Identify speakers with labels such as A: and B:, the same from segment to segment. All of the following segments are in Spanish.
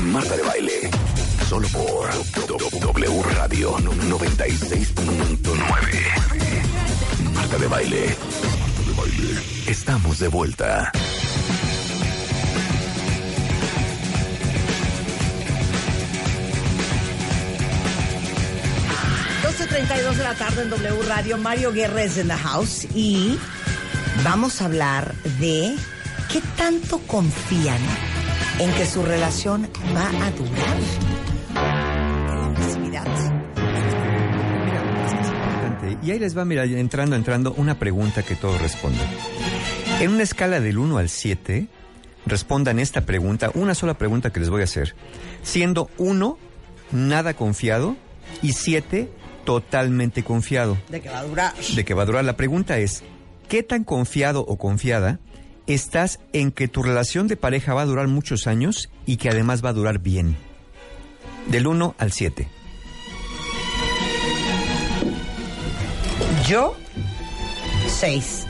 A: Marta de Baile. Solo por W Radio 96.9. Marta de Baile. Estamos de vuelta.
B: dos de la tarde en W Radio. Mario Guerra es in the house y vamos a hablar de qué tanto confían en que su relación va a durar. En la intimidad.
C: importante. Y ahí les va, mira, entrando, entrando, una pregunta que todos responden. En una escala del 1 al 7, respondan esta pregunta, una sola pregunta que les voy a hacer. Siendo 1, nada confiado, y 7, totalmente confiado
B: De que va a durar.
C: de que va a durar. La pregunta es, ¿qué tan confiado o confiada estás en que tu relación de pareja va a durar muchos años y que además va a durar bien? Del 1 al 7.
B: Yo, seis.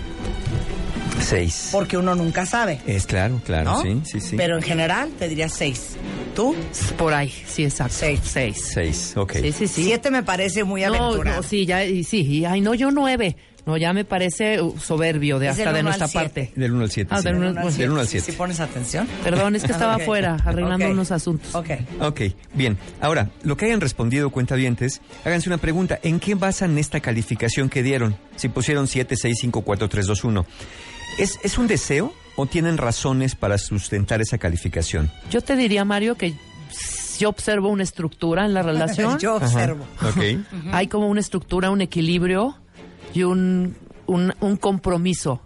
C: 6.
B: Porque uno nunca sabe.
C: Es claro, claro,
B: ¿no?
C: sí, sí, sí.
B: Pero en general te diría seis. ¿Tú?
D: Por ahí, sí, exacto.
B: Seis.
D: Seis.
C: 6, ok.
D: Sí, sí, sí.
B: Siete me parece muy
D: no,
B: aventurado.
D: no, sí, ya, y sí, y, ay, no, yo nueve. No, ya me parece uh, soberbio de
B: Es del
D: hasta de
B: uno al
D: nuestra
B: siete.
D: parte.
C: Del 1 al 7.
D: Ah, del uno al-
B: Uno al
D: Del
B: siete,
C: uno al
B: si-
C: siete.
B: Si pones atención.
D: Perdón, es que estaba
B: Ok.
D: afuera arreglando
B: Ok.
D: unos asuntos.
B: Ok.
C: Ok, bien. Ahora, lo que hayan respondido cuentavientes, háganse una pregunta. ¿En qué basan esta calificación que dieron? Si pusieron 7, 6, 5, 4, 3, 2, 1. ¿Es, ¿Es un deseo o tienen razones para sustentar esa calificación?
D: Yo te diría, Mario, que yo observo una estructura en la relación.
B: Yo observo.
C: Ok.
D: Hay como una estructura, un equilibrio y un, un, un compromiso.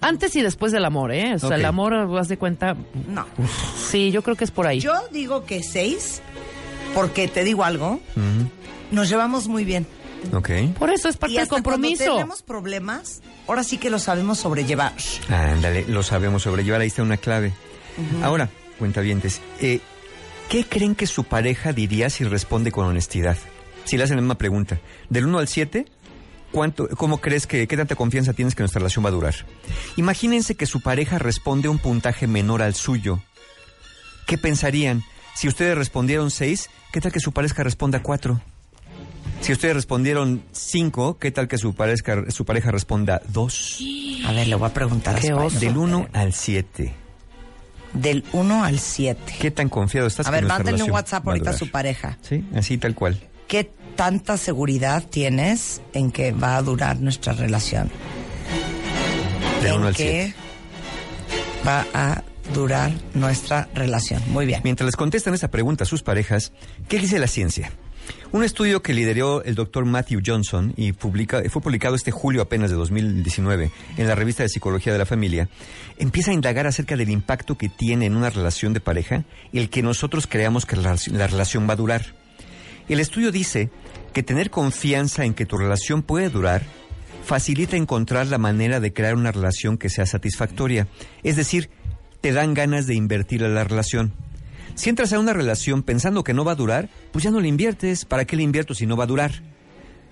D: Antes y después del amor, ¿eh? O sea,
C: Ok.
D: el amor, haz de cuenta.
B: No.
D: Sí, yo creo que es por ahí.
B: Yo digo que seis, porque te digo algo, nos llevamos muy bien.
C: Ok.
D: por eso es parte
B: y
D: del
B: hasta
D: compromiso.
B: Cuando tenemos problemas, ahora sí que lo sabemos sobrellevar.
C: Ándale, lo sabemos sobrellevar. Ahí está una clave. Ahora, cuentavientes, eh, ¿qué creen que su pareja diría si responde con honestidad? Si le hacen la misma pregunta. Del 1 al 7, ¿cuánto, ¿cómo crees que, qué tanta confianza tienes que nuestra relación va a durar? Imagínense que su pareja responde un puntaje menor al suyo. ¿Qué pensarían? Si ustedes respondieron 6, ¿qué tal que su pareja responda 4? Si ustedes respondieron 5, ¿qué tal que su pareja, su pareja responda 2?
B: A ver, le voy a preguntar. a
D: Qué
B: su
D: oso.
B: pareja.
C: Del 1 al 7.
B: Del 1 al 7.
C: ¿Qué tan confiado estás
B: A
C: que
B: ver,
C: nuestra
B: mándenle un
C: relación
B: WhatsApp
C: va a
B: ahorita a
C: durar?
B: su pareja.
C: Sí, así tal cual.
B: ¿Qué tanta seguridad tienes en que va a durar nuestra relación?
C: Del
B: en
C: 1 al
B: que
C: 7.
B: va a durar nuestra relación. Muy bien.
C: Mientras les contestan esa pregunta a sus parejas, ¿qué dice la ciencia? Un estudio que lideró el doctor Matthew Johnson y publica- fue publicado este julio apenas de 2019 en la revista de Psicología de la Familia, empieza a indagar acerca del impacto que tiene en una relación de pareja el que nosotros creamos que la- la relación va a durar. El estudio dice que tener confianza en que tu relación puede durar facilita encontrar la manera de crear una relación que sea satisfactoria. Es decir, te dan ganas de invertir en la relación. Si entras a una relación pensando que no va a durar, pues ya no le inviertes. ¿Para qué le invierto si no va a durar?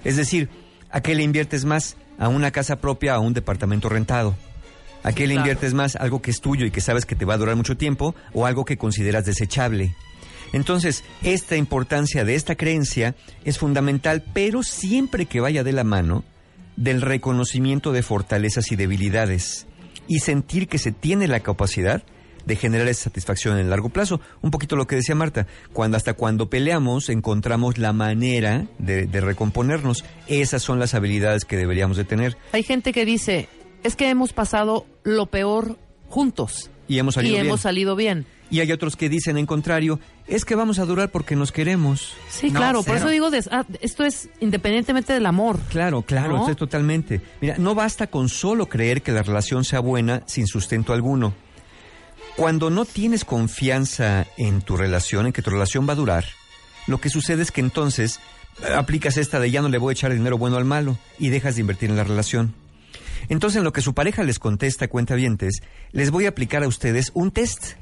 C: Es decir, ¿a qué le inviertes más? ¿A una casa propia, a un departamento rentado? ¿A qué le
D: claro.
C: inviertes más? ¿Algo que es tuyo y que sabes que te va a durar mucho tiempo o algo que consideras desechable? Entonces, esta importancia de esta creencia es fundamental, pero siempre que vaya de la mano del reconocimiento de fortalezas y debilidades y sentir que se tiene la capacidad de generar esa satisfacción en el largo plazo. Un poquito lo que decía Marta, cuando hasta cuando peleamos encontramos la manera de, de recomponernos. Esas son las habilidades que deberíamos de tener
D: Hay gente que dice, es que hemos pasado lo peor juntos
C: y hemos salido
D: y
C: bien.
D: hemos salido bien.
C: y hay otros que dicen en contrario, es que vamos a durar porque nos queremos.
D: Sí,
B: No,
D: claro, por
B: cero.
D: eso digo, des- ah, esto es independientemente del amor.
C: Claro, claro,
D: ¿No?
C: usted totalmente. Mira, no basta con solo creer que la relación sea buena sin sustento alguno. Cuando no tienes confianza en tu relación, en que tu relación va a durar, lo que sucede es que entonces eh, aplicas esta de ya no le voy a echar el dinero bueno al malo y dejas de invertir en la relación. Entonces, en lo que su pareja les contesta, cuentavientes, les voy a aplicar a ustedes un test.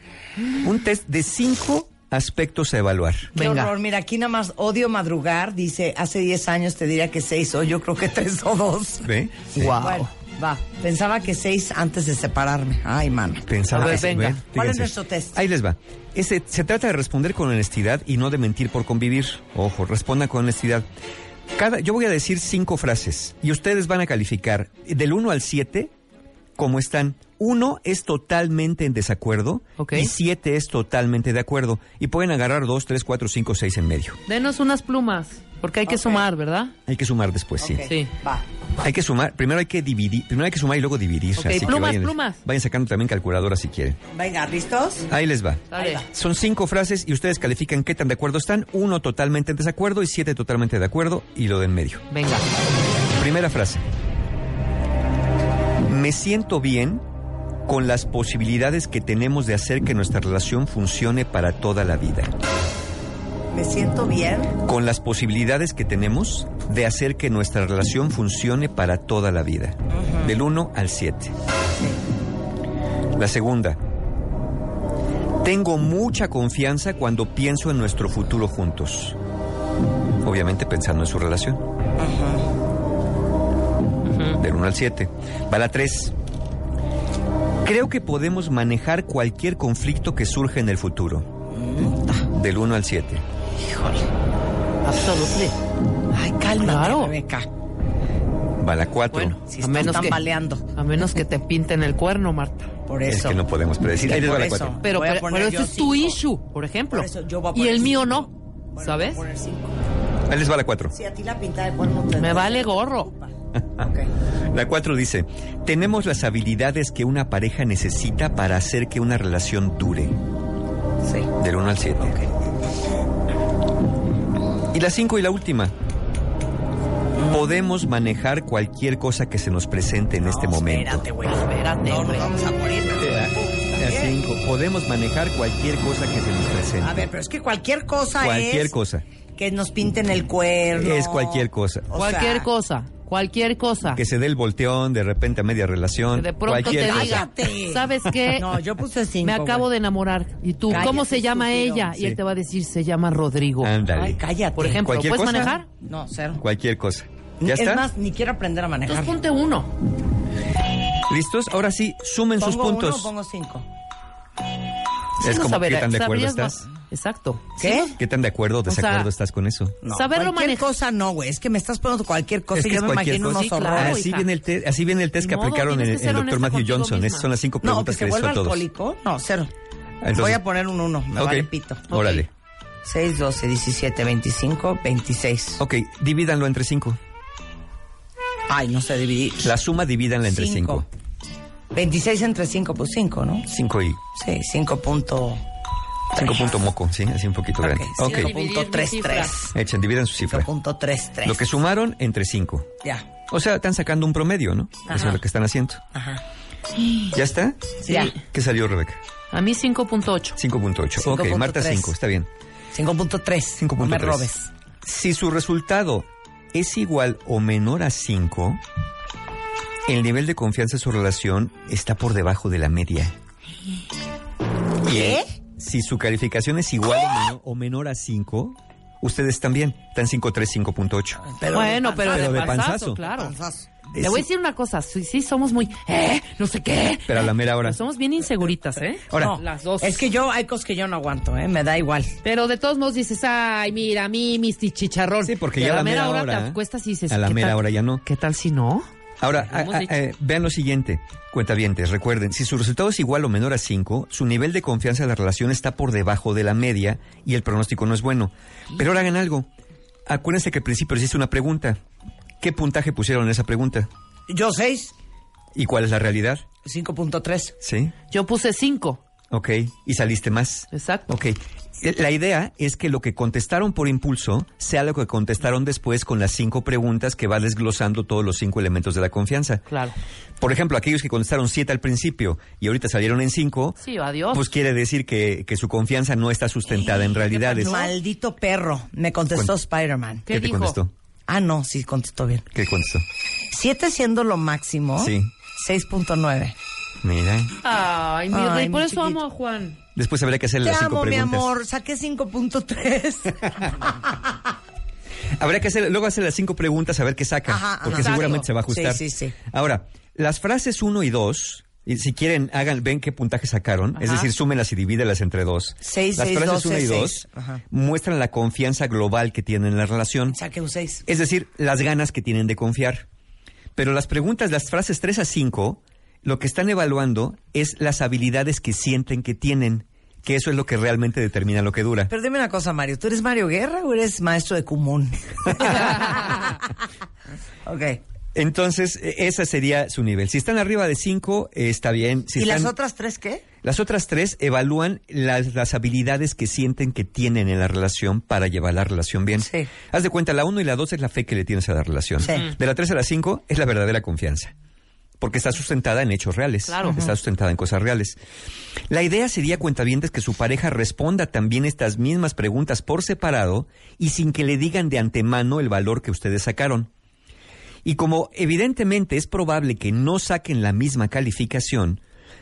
C: Un test de cinco aspectos a evaluar.
B: Qué
D: Venga.
B: horror, mira, aquí nada más odio madrugar, dice, hace 10 años te diría que 6, hoy yo creo que 3 o 2.
C: ¿Ve?
D: Guau.
B: Bueno, va, pensaba que 6 antes de separarme. Ay, mano.
C: Pensaba
D: A ver,
C: que sí,
D: venga.
C: ¿ve?
B: ¿Cuál es
C: Fíjense.
B: nuestro test?
C: Ahí les va. Ese, se trata de responder con honestidad y no de mentir por convivir. Ojo, responda con honestidad. Cada, yo voy a decir cinco frases y ustedes van a calificar del 1 al 7 como están. Uno es totalmente en desacuerdo
D: Ok.
C: y siete es totalmente de acuerdo. Y pueden agarrar dos, tres, cuatro, cinco, seis en medio.
D: Denos unas plumas, porque hay que
B: Ok.
D: sumar, ¿verdad?
C: Hay que sumar después, sí.
B: Ok,
D: Sí.
B: Va.
C: Hay que sumar, primero hay que dividir, primero hay que sumar y luego dividir.
D: Ok,
C: que
D: plumas,
C: vayan,
D: plumas.
C: vayan sacando también calculadora si quieren.
B: Venga, ¿listos?
C: Ahí les va.
D: Dale.
C: Son cinco frases y ustedes califican qué tan de acuerdo están. Uno totalmente en desacuerdo y siete totalmente de acuerdo y lo de en medio.
D: Venga.
C: Primera frase. Me siento bien con las posibilidades que tenemos de hacer que nuestra relación funcione para toda la vida.
B: Me siento bien.
C: Con las posibilidades que tenemos de hacer que nuestra relación funcione para toda la vida. Del 1 al 7. La segunda. Tengo mucha confianza cuando pienso en nuestro futuro juntos. Obviamente pensando en su relación. Del 1 al 7. Va la 3. Creo que podemos manejar cualquier conflicto que surja en el futuro. Del 1 al 7.
D: Absolutely.
B: Ay, cálmate,
D: Claro.
B: Rebeca.
C: Va la 4.
D: Bueno,
B: Si
D: a
B: están
D: menos que
B: tambaleando.
D: a menos que te pinten el cuerno, Marta.
B: Por
C: Es
B: eso.
C: que no podemos predecir. Ahí les va
B: Por
C: la
B: eso.
C: cuatro.
D: Pero,
B: Voy a
D: pero,
B: poner
D: pero
B: yo
D: este es tu
B: cinco.
D: issue, por ejemplo.
B: Por eso yo voy a
D: y
B: poner
D: el mío
B: cinco.
D: no,
B: Bueno,
D: ¿sabes?
B: voy a poner cinco.
C: Ahí les va la 4.
B: Sí, a ti la pinta de cuerno te-
D: Me vale gorro.
B: Ok.
C: La 4 dice, tenemos las habilidades que una pareja necesita para hacer que una relación dure.
B: Sí.
C: Del 1 al 7. Y la 5 y la última. Podemos manejar cualquier cosa que se nos presente en este
B: No,
C: momento.
B: Espérate, güey, espérate. No, no vamos a morir. Eh,
C: La 5. Podemos manejar cualquier cosa que se nos presente.
B: A ver, pero es que cualquier cosa
C: cualquier
B: es
C: cosa.
B: que nos pinten el cuerno.
C: Es cualquier cosa.
B: O
D: cualquier
B: sea,
D: cosa, cualquier cosa.
C: Que se dé el volteón de repente a media relación.
D: Que de pronto
C: cualquier
D: te
C: cosa.
D: diga,
B: Cállate.
D: ¿sabes qué?
B: No, yo puse cinco.
D: Me acabo
B: güey.
D: de enamorar. ¿Y tú?
B: Cállate,
D: ¿Cómo se llama
B: estúpido.
D: ella?
C: Sí.
D: Y él te va a decir, se llama Rodrigo.
C: Ándale.
B: Ay, cállate.
D: Por ejemplo,
C: ¿Cualquier
D: ¿puedes
C: cosa?
D: manejar?
B: No, cero.
C: Cualquier cosa. ¿Ya
B: Mm, es
C: está?
B: más, ni quiero aprender a manejar.
D: Entonces ponte uno.
C: ¿Listos? Ahora sí, sumen sus
B: Pongo
C: puntos.
B: Uno, pongo cinco.
C: es
D: Sí, no
C: como
D: saber-
C: qué tan de acuerdo
D: sabrías
C: estás.
D: más. Exacto.
B: ¿Qué?
C: ¿Qué tan de acuerdo o
D: sea,
C: desacuerdo estás con eso?
B: No,
D: Saberlo
B: cualquier
D: manejar.
B: cosa no, güey. Es que me estás poniendo cualquier cosa
C: Es que
B: y yo
C: es
B: me
C: cualquier
B: imagino
C: cosa. Ah,
B: unos
D: Sí, claro,
B: horrores.
C: Así
D: hija.
C: viene el, te- así viene el test que
D: Ni modo,
C: aplicaron en
D: tienes que
C: el,
D: ser
C: doctor
D: honesta
C: Matthew
D: contigo
C: Johnson.
D: misma.
C: Esas son las cinco
B: No,
C: preguntas
B: que se
C: que les hizo
B: vuelva
C: a todos. Ah,
B: alcohólico. No, cero.
C: Entonces-
B: Voy a poner un uno. Me
C: Ok.
B: vale pito.
C: Órale.
B: 6, 12, 17, 25, 26.
C: Ok, divídanlo entre cinco.
B: Ay, no sé dividir.
C: La suma divídanla entre cinco.
B: 26 entre 5, pues 5, ¿no?
C: Cinco y...
B: Sí, 5 punto...
C: Cinco punto moco, sí, así un poquito grande. Ok,
D: sí, Dividir mi cifra.
B: 5.33.
C: echen, dividan su cifra.
B: 5.33.
C: Lo que sumaron entre cinco.
B: Ya.
C: O sea, están sacando un promedio, ¿no? Eso
B: Ajá.
C: es lo que están haciendo.
B: Ajá.
C: ¿Ya está?
B: Ya.
C: ¿Qué salió, Rebeca?
D: A mí 5.8.
C: 5.8. Ok, Marta
B: 5.3.
C: 5, está bien.
B: 5.3.
C: 5.3.
B: No me robes.
C: Si su resultado es igual o menor a 5, el nivel de confianza en su relación está por debajo de la media.
B: ¿Qué?
C: Si su calificación es igual o menor, o menor a 5, ustedes también están 5.3, 5.8.
B: Pero
D: bueno, pero,
C: Pero
D: de,
C: de
D: panzazo,
C: panzazo.
D: claro.
B: Panzazo.
D: Te voy a decir una cosa, sí, sí somos muy, eh, no sé qué.
C: Pero a la mera hora.
D: Pero somos bien inseguritas, ¿eh?
C: Ahora.
D: No, las dos.
B: Es que yo, hay cosas que yo no aguanto, ¿eh? Me da igual.
D: Pero de todos modos dices, ay, mira, a mí, mis chicharrón.
C: Sí, porque
D: Y
C: ya
D: a la mera hora, te acuestas y dices,
C: ¿eh? A la
D: ¿qué
C: mera
D: tal-
C: hora ya no.
D: ¿Qué tal si no?
C: Ahora,
D: Lo hemos
C: a- a-
D: dicho.
C: eh, vean lo siguiente, cuentavientes, recuerden, si su resultado es igual o menor a 5, su nivel de confianza de la relación está por debajo de la media y el pronóstico no es bueno. Pero ahora hagan algo. Acuérdense que al principio les hice una pregunta. ¿Qué puntaje pusieron en esa pregunta?
B: Yo 6,
C: ¿Y cuál es la realidad?
B: 5.3.
C: ¿Sí?
D: Yo puse cinco.
C: Ok, y saliste más.
D: Exacto.
C: Ok. Eh, La idea es que lo que contestaron por impulso sea lo que contestaron después con las cinco preguntas que va desglosando todos los cinco elementos de la confianza.
D: Claro.
C: Por ejemplo, aquellos que contestaron siete al principio y ahorita salieron en cinco,
D: Sí, adiós.
C: pues quiere decir que, que su confianza no está sustentada en realidades.
B: Maldito perro, me contestó
C: Bueno.
B: Spider-Man.
D: ¿Qué
C: ¿Qué te
D: dijo?
C: contestó?
B: Ah, no, sí contestó bien.
C: ¿Qué contestó?
B: Siete siendo lo máximo.
C: Sí.
B: 6.9.
C: Mira.
D: Ay, mi
B: Ay,
D: rey,
B: mi
D: por eso
B: chiquito.
D: amo a Juan.
C: Después habrá que hacer
B: Te
C: las cinco
B: amo, mi
C: preguntas.
B: amor. Saqué 5.3.
C: Habrá que hacer, luego hacer las cinco preguntas a ver qué saca,
B: Ajá, ajá.
C: porque
B: Exacto.
C: seguramente se va a ajustar.
B: Sí, sí, sí.
C: Ahora, las frases uno y dos, y si quieren, hagan, ven qué puntaje sacaron, es
D: Ajá.
C: decir, súmenlas y divídelas entre dos.
B: Seis,
C: las
B: seis,
C: frases
B: dos,
C: uno y
B: seis,
C: dos
B: seis. Ajá.
C: muestran la confianza global que tienen en la relación,
B: Saqué un 6.
C: es decir, las ganas que tienen de confiar. Pero las preguntas, las frases tres a cinco, lo que están evaluando es las habilidades que sienten que tienen, que eso es lo que realmente determina lo que dura.
B: Pero dime una cosa, Mario. ¿Tú eres Mario Guerra o eres maestro de Kumon? ok.
C: Entonces, e- ese sería su nivel. Si están arriba de 5, está bien. Si
B: ¿Y las
C: están-
B: otras tres qué?
C: Las otras tres evalúan las, las habilidades que sienten que tienen en la relación para llevar la relación bien.
B: Sí.
C: Haz de cuenta, la 1 y la 2 es la fe que le tienes a la relación.
B: Sí. Mm.
C: De la 3 a la 5 es la verdadera confianza. Porque está sustentada en hechos reales.
D: Claro. Ujú.
C: Está sustentada en cosas reales. La idea sería, cuentavientes, que su pareja responda también estas mismas preguntas por separado y sin que le digan de antemano el valor que ustedes sacaron. Y como evidentemente es probable que no saquen la misma calificación,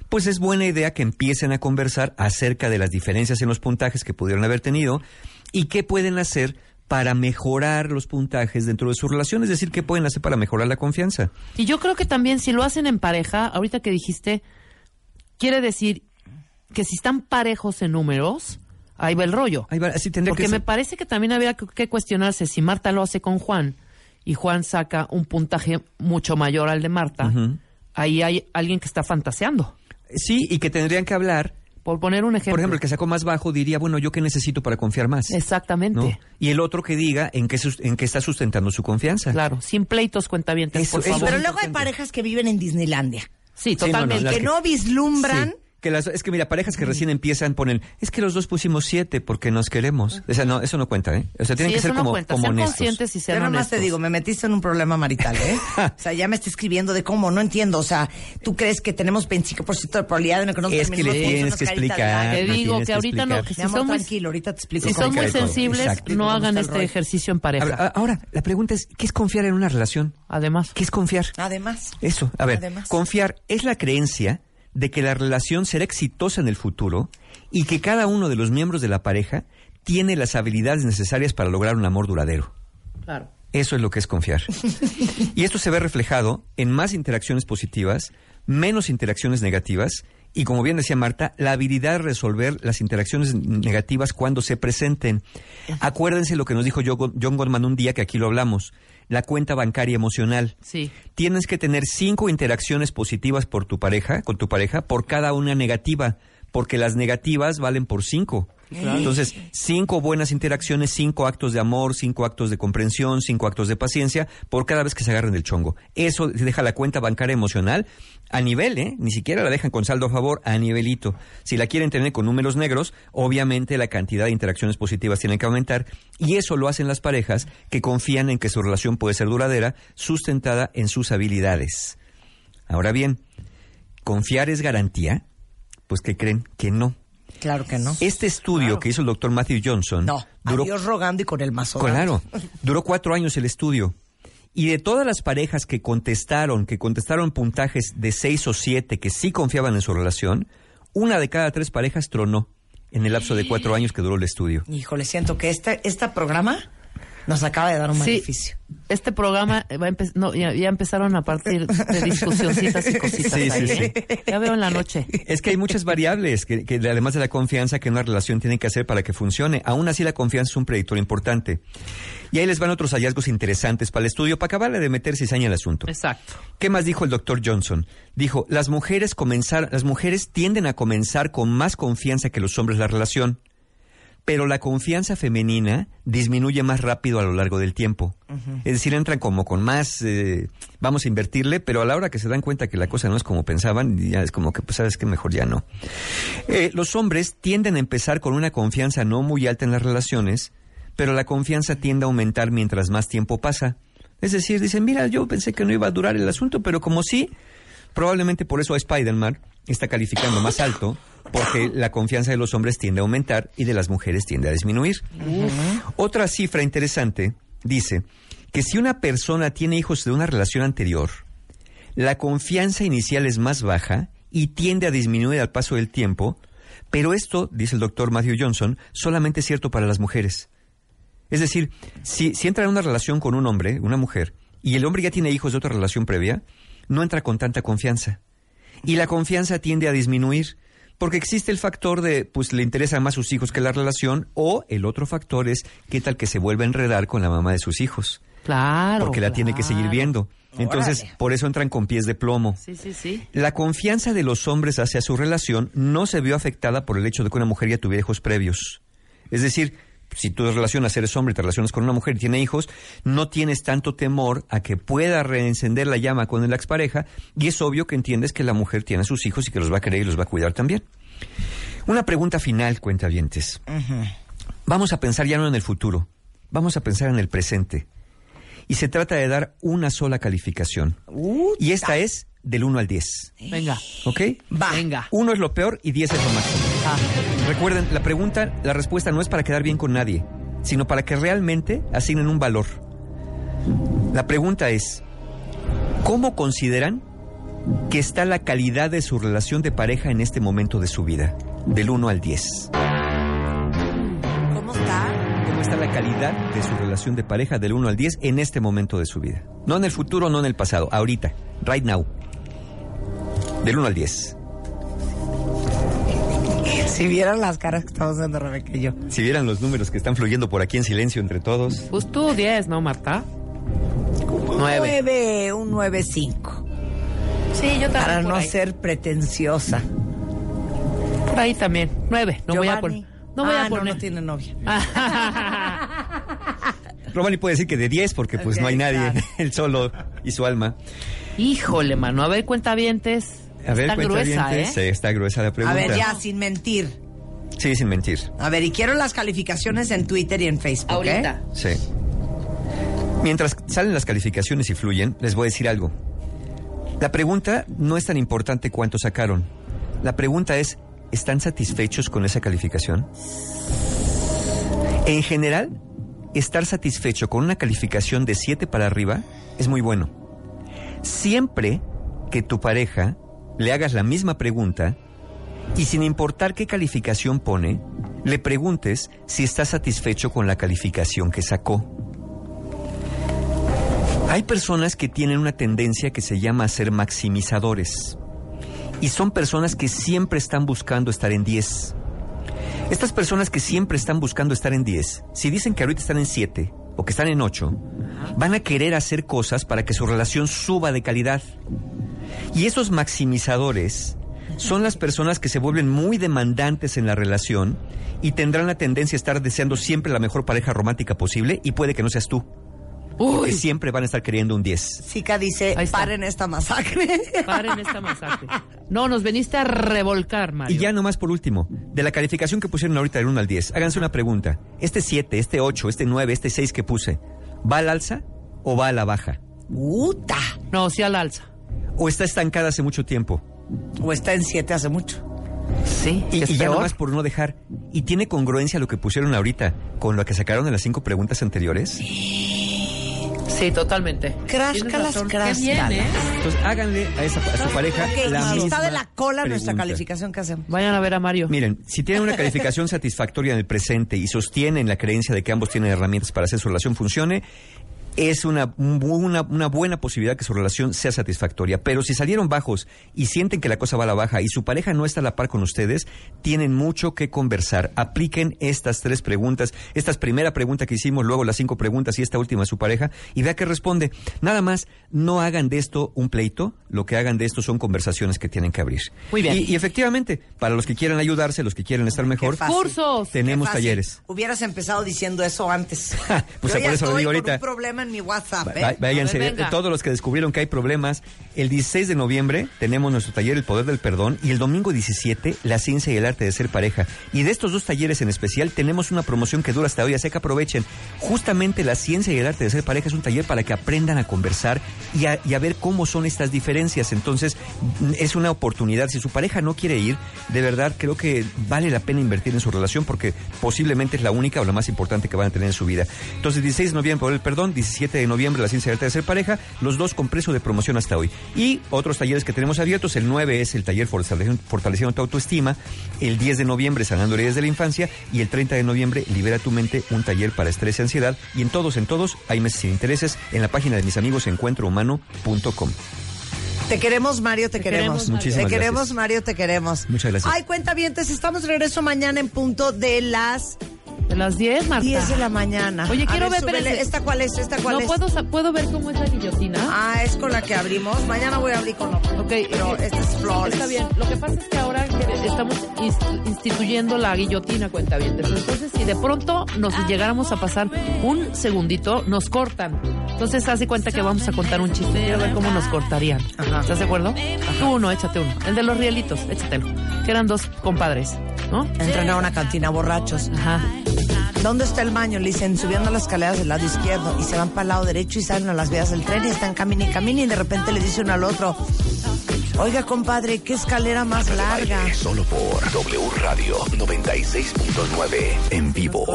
C: pues es buena idea que empiecen a conversar acerca de las diferencias en los puntajes que pudieron haber tenido y qué pueden hacer para mejorar los puntajes dentro de su relación, es decir, qué pueden hacer para mejorar la confianza.
D: Y yo creo que también si lo hacen en pareja, ahorita que dijiste, quiere decir que si están parejos en números, ahí va el rollo.
C: Ahí va, así tendría
D: Porque
C: que
D: me
C: ser.
D: parece que también habría que- que cuestionarse si Marta lo hace con Juan y Juan saca un puntaje mucho mayor al de Marta,
C: Ujú.
D: ahí hay alguien que está fantaseando.
C: Sí, y que tendrían que hablar.
D: Por poner un ejemplo.
C: Por ejemplo, el que sacó más bajo diría, bueno, ¿yo qué necesito para confiar más?
D: Exactamente.
C: ¿No? Y el otro que diga en qué, sus- en qué está sustentando su confianza.
D: Claro, sin pleitos cuentavientes,
C: Eso,
D: por
C: eso.
D: favor.
B: Pero luego hay parejas que viven en Disneylandia.
D: Sí,
C: no, no,
D: totalmente.
C: las
B: Que no vislumbran.
C: Sí, que las- es que mira, parejas que recién empiezan ponen, es que los dos pusimos siete porque nos queremos. O sea, no, eso no cuenta, ¿eh? O sea, tienen
D: Sí,
C: que
D: eso
C: ser
D: no
C: como,
D: cuenta.
C: como
D: Sean
C: honestos.
D: conscientes y
B: Yo
D: sean
B: nada más
D: honestos.
B: te digo, me metiste en un problema marital, ¿eh? o sea, ya me está escribiendo de cómo, no entiendo. O sea, ¿tú crees que tenemos 25% de probabilidad de que no
C: Es que le
B: terminemos juntos,
C: tienes
B: unas
C: que
B: caritas de
C: explicar.
D: Te
C: le
D: digo
C: tienes
D: que ahorita no,
C: explicar.
D: que
B: Mi
D: si
B: amor,
D: son muy,
B: tranquilo, ahorita te explico.
D: si
C: cómo
D: son muy
C: cae todo.
D: sensibles,
C: Exacto.
D: no
B: ¿Cómo
D: hagan
B: está el
D: este
B: rollo?
D: ejercicio en
C: Ahora,
D: pareja.
C: a- ahora, la pregunta es, ¿qué es confiar en una relación?
D: Además.
C: ¿Qué es confiar?
D: Ah,
B: Además.
C: Eso, a ver,
B: Además.
C: confiar es la creencia de que la relación será exitosa en el futuro y que cada uno de los miembros de la pareja tiene las habilidades necesarias para lograr un amor duradero.
D: Claro.
C: Eso es lo que es confiar. y esto se ve reflejado en más interacciones positivas, menos interacciones negativas y, como bien decía Marta, la habilidad de resolver las interacciones negativas cuando se presenten. Acuérdense lo que nos dijo Yo- John Gottman un día que aquí lo hablamos, la cuenta bancaria emocional.
D: Sí.
C: Tienes que tener cinco interacciones positivas por tu pareja, con tu pareja, por cada una negativa, porque las negativas valen por cinco. Entonces, cinco buenas interacciones, cinco actos de amor, cinco actos de comprensión, cinco actos de paciencia, por cada vez que se agarren del chongo. Eso te deja la cuenta bancaria emocional a nivel, ¿eh? Ni siquiera la dejan con saldo a favor, a nivelito. Si la quieren tener con números negros, obviamente la cantidad de interacciones positivas tiene que aumentar y eso lo hacen las parejas que confían en que su relación puede ser duradera, sustentada en sus habilidades. Ahora bien, ¿confiar es garantía? Pues que creen que no.
B: Claro que no.
C: Este estudio que hizo el doctor Matthew Johnson
B: No,
C: duró
B: adiós rogando y con el mazo. dando.
C: Claro, duró cuatro años el estudio. Y de todas las parejas que contestaron, que contestaron puntajes de seis o siete que sí confiaban en su relación, una de cada tres parejas tronó en el lapso de cuatro años que duró el estudio.
B: Híjole, siento que este, este programa nos acaba de dar un beneficio.
D: Este programa va a empezar. No, ya, ya empezaron a partir de discusioncitas y cositas.
C: Sí, sí,
D: ahí,
C: sí.
D: ¿eh? Ya veo en la noche.
C: Es que hay muchas variables, que, que además de la confianza que una relación tiene que hacer para que funcione, aún así la confianza es un predictor importante. Y ahí les van otros hallazgos interesantes para el estudio, para acabarle de meter cizaña al asunto.
D: Exacto.
C: ¿Qué más dijo el doctor Johnson? Dijo, las mujeres, comenzar, las mujeres tienden a comenzar con más confianza que los hombres la relación. pero la confianza femenina disminuye más rápido a lo largo del tiempo. Es decir, entran como con más, eh, vamos a invertirle, pero a la hora que se dan cuenta que la cosa no es como pensaban, ya es como que, pues sabes que mejor ya no. Eh, los hombres tienden a empezar con una confianza no muy alta en las relaciones, pero la confianza tiende a aumentar mientras más tiempo pasa. Es decir, dicen, mira, yo pensé que no iba a durar el asunto, pero como sí, probablemente por eso a Spider-Man está calificando más alto, porque la confianza de los hombres tiende a aumentar y de las mujeres tiende a disminuir. Otra cifra interesante dice que si una persona tiene hijos de una relación anterior, la confianza inicial es más baja y tiende a disminuir al paso del tiempo, pero esto, dice el doctor Matthew Johnson, solamente es cierto para las mujeres. Es decir, si, si entra en una relación con un hombre, una mujer, y el hombre ya tiene hijos de otra relación previa, no entra con tanta confianza. Y la confianza tiende a disminuir, porque existe el factor de, pues le interesan más sus hijos que la relación, o el otro factor es, ¿qué tal que se vuelva a enredar con la mamá de sus hijos?
D: Claro.
C: porque la tiene que seguir
D: claro.
C: viendo. Entonces,
B: Órale.
C: por eso entran con pies de plomo.
D: Sí, sí, sí.
C: La confianza de los hombres hacia su relación no se vio afectada por el hecho de que una mujer ya tuviera hijos previos. Es decir, si tú te relacionas, eres hombre, y te relacionas con una mujer y tiene hijos, no tienes tanto temor a que pueda reencender la llama con el expareja y es obvio que entiendes que la mujer tiene a sus hijos y que los va a querer y los va a cuidar también. Una pregunta final, cuentavientes. Vamos a pensar ya no en el futuro, vamos a pensar en el presente. Y se trata de dar una sola calificación.
D: Uh,
C: y esta es del 1 al 10.
D: Venga.
C: ¿Ok?
B: Va.
D: Venga.
C: Uno es lo peor y 10 es lo máximo.
D: Ah,
C: Recuerden, la pregunta, la respuesta no es para quedar bien con nadie, sino para que realmente asignen un valor. La pregunta es, ¿cómo consideran que está la calidad de su relación de pareja en este momento de su vida? Del 1 al 10.
B: ¿Cómo está?
C: ¿Cómo está la calidad de su relación de pareja del 1 al 10 en este momento de su vida? No en el futuro, no en el pasado, ahorita, right now. Del 1 al 10.
B: Si vieran las caras que estamos haciendo Rebeca y yo.
C: Si vieran los números que están fluyendo por aquí en silencio entre todos.
D: pues tú 10, ¿no, Marta?
B: Nueve. un nueve cinco.
D: Sí, yo también.
B: Para
D: por
B: no
D: ahí.
B: ser pretenciosa.
D: Por ahí también. 9. No voy a poner.
B: Giovanni.
D: No voy
B: Ah,
D: a
B: no,
D: poner.
B: no tiene novia.
C: Romani puede decir que de 10 porque pues no hay
B: Ok,
C: nadie,
B: claro.
C: él solo y su alma.
D: Híjole, mano. A ver, cuentavientes.
C: A ver,
D: Está gruesa, ¿eh?
C: cuentavientes, sí, está gruesa la
B: A
C: pregunta.
B: ver, ya, sin mentir.
C: Sí, sin mentir.
B: A ver, y quiero las calificaciones en Twitter y en Facebook, ¿eh?
D: Ahorita.
C: Sí. Mientras salen las calificaciones y fluyen, les voy a decir algo. La pregunta no es tan importante cuánto sacaron. La pregunta es, ¿están satisfechos con esa calificación? En general, estar satisfecho con una calificación de 7 para arriba es muy bueno. Siempre que tu pareja le hagas la misma pregunta y sin importar qué calificación pone, le preguntes si está satisfecho con la calificación que sacó. Hay personas que tienen una tendencia que se llama ser maximizadores. Y son personas que siempre están buscando estar en 10. Estas personas que siempre están buscando estar en 10, si dicen que ahorita están en 7 o que están en 8, van a querer hacer cosas para que su relación suba de calidad. Y esos maximizadores son las personas que se vuelven muy demandantes en la relación y tendrán la tendencia a estar deseando siempre la mejor pareja romántica posible y puede que no seas tú, porque
D: Uy,
C: siempre van a estar queriendo un 10.
B: Sica dice,
D: Ahí está.
B: paren esta masacre.
D: paren esta masacre. este No, nos veniste a revolcar, Mario.
C: Y ya nomás por último, de la calificación que pusieron ahorita del 1 al 10, háganse una pregunta. Este 7, este 8, este 9, este 6 que puse, ¿va al alza o va a la baja?
B: Uta.
D: No, sí al alza.
C: ¿O está estancada hace mucho tiempo?
B: O está en siete hace mucho.
D: Sí,
C: Y,
D: es
C: y ya
D: peor.
C: nomás por no dejar. ¿Y tiene congruencia lo que pusieron ahorita con lo que sacaron en las cinco preguntas anteriores?
D: Sí, totalmente.
B: Crash,
D: Tienes
B: calas,
D: razón.
B: crash,
D: Qué bien,
B: calas.
D: ¿eh?
C: Entonces háganle a, esa, a su pareja
B: Ok,
C: la
B: y si está
C: misma
B: de la cola nuestra
C: pregunta.
B: calificación, ¿qué hacemos?
D: Vayan a ver a Mario.
C: Miren, si tienen una calificación satisfactoria en el presente y sostienen la creencia de que ambos tienen herramientas para hacer su relación funcione, es una, bu- una, una buena posibilidad que su relación sea satisfactoria. Pero si salieron bajos y sienten que la cosa va a la baja y su pareja no está a la par con ustedes, tienen mucho que conversar. Apliquen estas tres preguntas, esta primera pregunta que hicimos, luego las cinco preguntas y esta última a su pareja y vea qué responde. Nada más, no hagan de esto un pleito, lo que hagan de esto son conversaciones que tienen que abrir.
D: Muy bien.
C: Y, y efectivamente, para los que quieran ayudarse, los que quieren estar mejor,
B: fácil.
D: Cursos.
C: tenemos
B: Qué fácil.
C: talleres.
B: Hubieras empezado diciendo eso antes.
C: Pues
B: Yo
C: por
B: ya
C: eso lo
B: estoy
C: digo
B: con
C: ahorita.
B: un problema en mi WhatsApp.
C: Va-
B: ¿eh?
C: va- váyanse,
D: A ver, venga.
C: todos los que descubrieron que hay problemas, el 16 de noviembre tenemos nuestro taller El Poder del Perdón y el domingo 17 La Ciencia y el Arte de Ser Pareja. Y de estos dos talleres en especial tenemos una promoción que dura hasta hoy, así que aprovechen. Justamente La Ciencia y el Arte de Ser Pareja es un taller para que aprendan a conversar y a, y a ver cómo son estas diferencias. Entonces mm, es una oportunidad. Si su pareja no quiere ir, de verdad creo que vale la pena invertir en su relación porque posiblemente es la única o la más importante que van a tener en su vida. Entonces, 16 de noviembre, por el perdón, 17 de noviembre, la ciencia de arte de ser pareja, los dos con precio de promoción hasta hoy. Y otros talleres que tenemos abiertos, el 9 es el taller Fortaleciendo, fortaleciendo tu autoestima, el 10 de noviembre, sanando heridas de la infancia, y el 30 de noviembre, libera tu mente, un taller para estrés y ansiedad. Y en todos, en todos, hay meses sin intereses en la página de mis amigos encuentrohumano.com.
B: Te queremos, Mario, te, queremos.
D: queremos, Mario.
C: Muchísimas
B: Te queremos,
C: gracias.
B: Mario, te queremos.
C: Muchas gracias.
B: Ay, cuenta vientes, estamos de regreso mañana en punto de las
D: De las 10, Marta.
B: 10 de la mañana.
D: Oye,
B: A
D: quiero ver,
B: súbele.
D: espérense.
B: ¿Esta cuál es? ¿Esta cuál
D: No
B: es?
D: puedo, sa- puedo ver cómo es la guillotina.
B: Ah, es con la que abrimos. Mañana voy a abrir con otra.
D: Ok,
B: Pero
D: eh,
B: esta es Flores.
D: Está bien. Lo que pasa es que ahora que estamos inst- instituyendo la guillotina cuenta bien. Entonces, si de pronto nos
B: Ah.
D: llegáramos a pasar un segundito, nos cortan. Entonces, haz de cuenta que vamos a contar un chiste. Quiero ver cómo nos cortarían.
B: Ajá.
D: ¿Estás de acuerdo? Tú uno, échate uno. El de los rielitos, échatelo. Que eran dos compadres, ¿no?
B: Entran a una cantina borrachos.
D: Ajá.
B: ¿Dónde está el baño? Le dicen, subiendo las escaleras del lado izquierdo y se van para el lado derecho y salen a las vías del tren y están camino y camino y de repente le dice uno al otro, oiga compadre, ¿qué escalera más larga?
A: Solo por W Radio 96.9 en vivo.